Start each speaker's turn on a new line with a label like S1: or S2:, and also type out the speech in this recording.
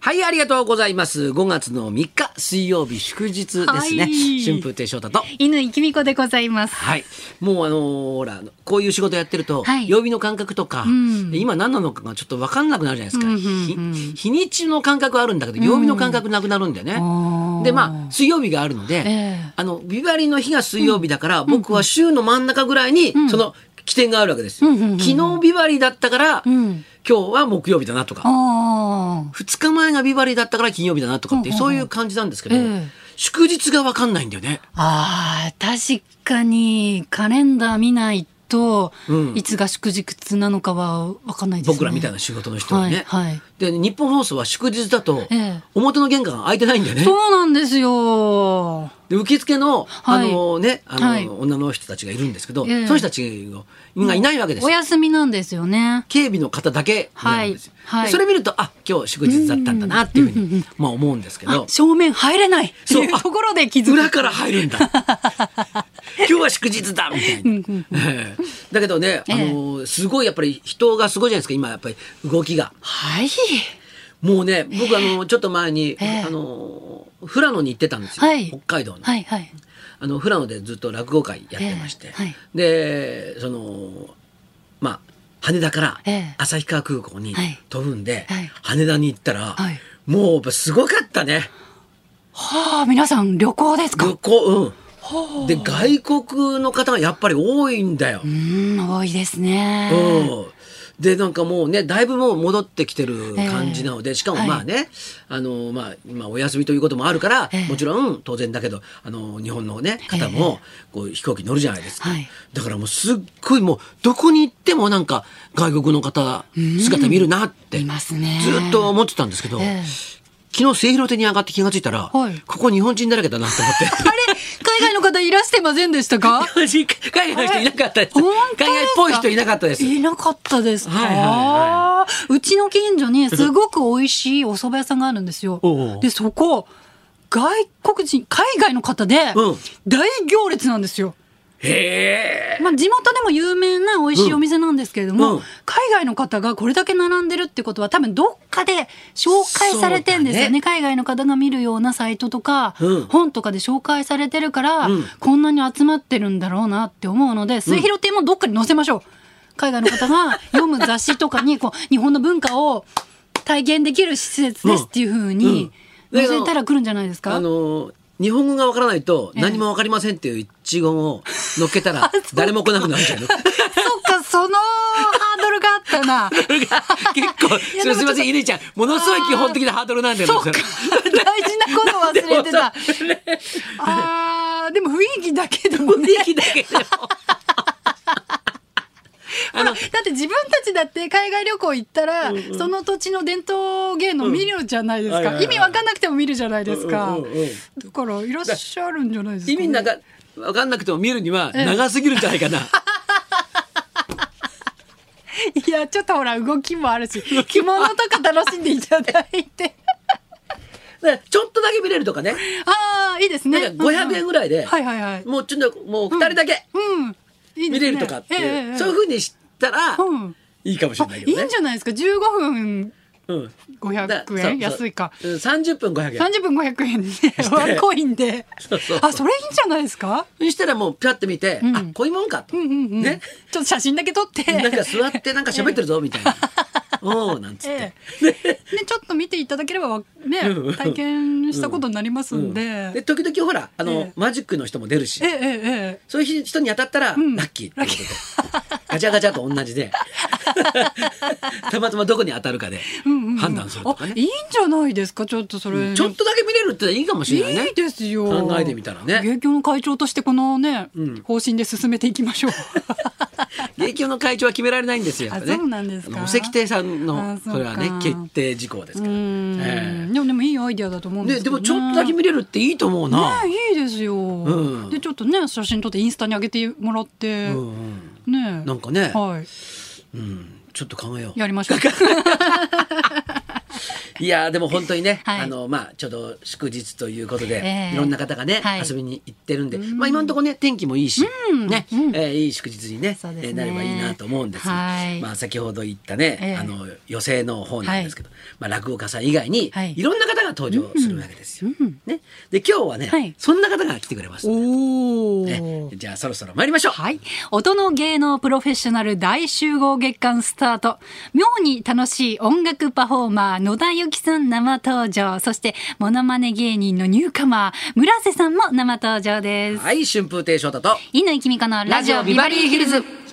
S1: はい、ありがとうございます。5月の3日、水曜日祝日ですね。
S2: はい
S1: 春風亭昇太と。
S2: 犬井美子でございます。
S1: はい、もうあのーほらこういう仕事やってると、
S2: はい
S1: 曜日の感覚とか、
S2: ん
S1: 今何なのかがちょっと分かんなくなるじゃないですか、
S2: うんうんうん
S1: ひ日にちの感覚はあるんだけど曜日の感覚なくなるんだよね。でまあ水曜日があるので、
S2: ええ
S1: あのビバリーの日が水曜日だから、僕は週の真ん中ぐらいに、その起点があるわけです、
S2: うんうんうんうん
S1: 昨日ビバリーだったから、
S2: ん
S1: 今日は木曜日だなとか、
S2: あ
S1: 2日前がビバリーだったから金曜日だなとかっていう、そういう感じなんですけど、
S2: ええ
S1: 祝日が分かんないんだよね。
S2: あー、確かにカレンダー見ないと、
S1: うん
S2: いつが祝日なのかはわかんないですね。
S1: 僕らみたいな仕事の人はね、
S2: はいはい
S1: で日本放送は祝日だと
S2: ええ
S1: 表の玄関が開いてないんだよね、
S2: そうなんですよ。
S1: で受付の,、
S2: はい
S1: あのねあの、
S2: はい
S1: 女の人たちがいるんですけど、
S2: ええ
S1: その人たちがいないわけです、
S2: お休みなんですよね。
S1: 警備の方だけなんですよ、
S2: はいはい
S1: それ見るとあ今日祝日だったんだなっていうふうに、まあ、思うんですけど
S2: 正面入れないって
S1: そう
S2: いうところで気づく。
S1: 裏から入 るんだ今日は祝日だみたいなええだけどね、あのすごいやっぱり人がすごいじゃないですか今やっぱり動きが。
S2: はい。
S1: もうね、僕あの、ちょっと前に、
S2: ええ
S1: あの、富良野に行ってたんですよ。
S2: はい
S1: 北海道の。
S2: はいはい。
S1: あの、富良野でずっと落語会やってまして。
S2: ええはい
S1: で、その、まあ、羽田から
S2: ええ
S1: 旭川空港に
S2: はい
S1: 飛ぶんで、
S2: はい
S1: 羽田に行ったら、
S2: はい
S1: もうやっぱすごかったね。
S2: はあ、皆さん旅行ですか
S1: 旅行、うん。で、外国の方がやっぱり多いんだよ。
S2: うーん、多いですね。
S1: うんでなんかもうねだいぶもう戻ってきてる感じなので、しかもまあね、あのまあ、今お休みということもあるから、
S2: ええ
S1: もちろん当然だけどあの日本の、ね、方もこう飛行機乗るじゃないですか、
S2: はい
S1: だからもうすっごいもうどこに行ってもなんか外国の方姿見るなって
S2: い
S1: ず
S2: ますね。
S1: っと思ってたんですけど、
S2: ええ
S1: 昨日末広亭に上がって気がついたら、
S2: はい
S1: ここ日本人だらけだなと思って。
S2: あれ、海外の方いらしてませんでしたか
S1: 海外の人 いなかったです。
S2: 本
S1: 海
S2: 当
S1: 外
S2: ですか
S1: っぽい人いなかったです。
S2: いなかったですか、
S1: はいはいは
S2: うちの近所にすごく美味しいお蕎麦屋さんがあるんですよ
S1: おうおう。
S2: で、そこ、外国人、海外の方で
S1: うん、
S2: 大行列なんですよ。
S1: へえ。
S2: まあ、地元でも有名な美味しいお店なんですけれども、
S1: うんうん
S2: 海外の方がこれだけ並んでるってことは多分どっかで紹介されてんですよ
S1: そうだ
S2: ね
S1: ね
S2: 海外の方が見るようなサイトとか、
S1: うん
S2: 本とかで紹介されてるから、
S1: うん
S2: こんなに集まってるんだろうなって思うので末広亭もどっかに載せましょう、海外の 方が読む雑誌とかにこう日本の文化を体験できる施設ですっていうふうに
S1: うんうん
S2: 載せたら来るんじゃないですか、
S1: あの日本語がわからないと
S2: ええ
S1: 何もわかりませんっていう一言を乗っけた ら誰も来なくなるじゃん。
S2: そっかそのハードルがあった な
S1: 結構
S2: い
S1: す
S2: やでもちょっと
S1: みません、イネちゃん、ものすごい基本的なハードルなんだよ。
S2: そうか
S1: れ
S2: 大事なこと忘れてた。あーでも雰囲気だけでもね
S1: 雰囲気だけでも
S2: ほらだって自分たちだって海外旅行行ったら、その土地の伝統芸能見るじゃないですか、
S1: はいはいはい
S2: 意味わかんなくても見るじゃないですか、
S1: うんうんうんうん
S2: だからいらっしゃるんじゃないですか、
S1: 意味なんかわかんなくても見るには
S2: ええ
S1: 長すぎるんじゃないかな。
S2: いやちょっとほら動きもあるし着物とか楽しんでいただ いて
S1: だからちょっとだけ見れるとかね。
S2: ああいいですね
S1: なんか500円ぐらいで
S2: はいはいはい
S1: もうちょっともう二人だけ
S2: うん
S1: 見
S2: いいですね
S1: れるとかって
S2: ええええ
S1: い
S2: え
S1: う
S2: え
S1: そういう風にしたら
S2: うん
S1: いいかもしれない
S2: い
S1: けど
S2: い
S1: ね
S2: んじ。ゃないですか15分
S1: うんだ
S2: 500円安いか。
S1: そうそううん30分500円。
S2: 30分500円 でコインで
S1: そうそう
S2: あそれいいんじゃないですか
S1: そしたらもうピャって見て、
S2: ん
S1: あこういうもんかと、
S2: うんうんうん、
S1: ね、
S2: ちょっと写真だけ撮って
S1: なんか座ってなんか喋ってるぞみたいな「おお」なんつって、
S2: ええねちょっと見ていただければわね
S1: うん
S2: 体験したことになります
S1: うん
S2: んで、
S1: で時々ほらあの、
S2: ええ
S1: マジックの人も出るし
S2: ええええええ
S1: そういう人に当たったら、
S2: ん
S1: ラッキーっていうことでガチャガチャと同じ でたまたまどこに当たるかで
S2: うんうんうん
S1: 判断するとかね、
S2: あいいんじゃないですかちょっとそれ、
S1: ちょっとだけ見れるっていいかもしれないね
S2: いいですよ
S1: 考えてみたらね
S2: 芸協の会長としてこのね、
S1: うん
S2: 方針で進めていきましょう
S1: 影響の会長は決められないんですよやっぱね
S2: あそうなんですか
S1: あのお関亭さんの
S2: あそう
S1: そ
S2: か
S1: れはね決定事項です
S2: う
S1: から、
S2: ん、
S1: え
S2: でもでもいいアイデアだと思う
S1: え
S2: んで
S1: です
S2: け
S1: で
S2: ど、ね、
S1: もちょっとだけ見れるっていいと思うな、
S2: ねいいですよ、
S1: うん
S2: でちょっとね写真撮ってインスタに上げてもらって、
S1: うんうん
S2: ね
S1: なんかね、
S2: はい
S1: うん、ちょっと考えよう。
S2: やりましょう
S1: えいやーでも本当にね、
S2: はい
S1: あのまあちょうど祝日ということで、
S2: ええ
S1: いろんな方がね、
S2: はい
S1: 遊びに行ってるんで、まあ今のところね天気もいいし、ね、えーいい祝日にね
S2: そうで
S1: え
S2: すね
S1: ーなればいいなと思うんですが、
S2: はい
S1: まあ先ほど言った
S2: ええ
S1: ね、あの寄席の方なんですけど、まあ落語家さん以外に、
S2: はい
S1: い、ろんな方が登場するわけですよ。ね、で今日はね、
S2: はい
S1: そんな方が来てくれます。
S2: おお、
S1: ね、じゃあそろそろ参りましょう。
S2: はい。 音の芸能プロフェッショナル大集合月間スタート。妙に楽しい音楽パフォーマー、野田ゆきさん生登場。そして、モノマネ芸人のニューカマー、村瀬さんも生登場です。
S1: はい、春風亭昇太と
S2: 犬井君子のラジオビバリーヒルズ。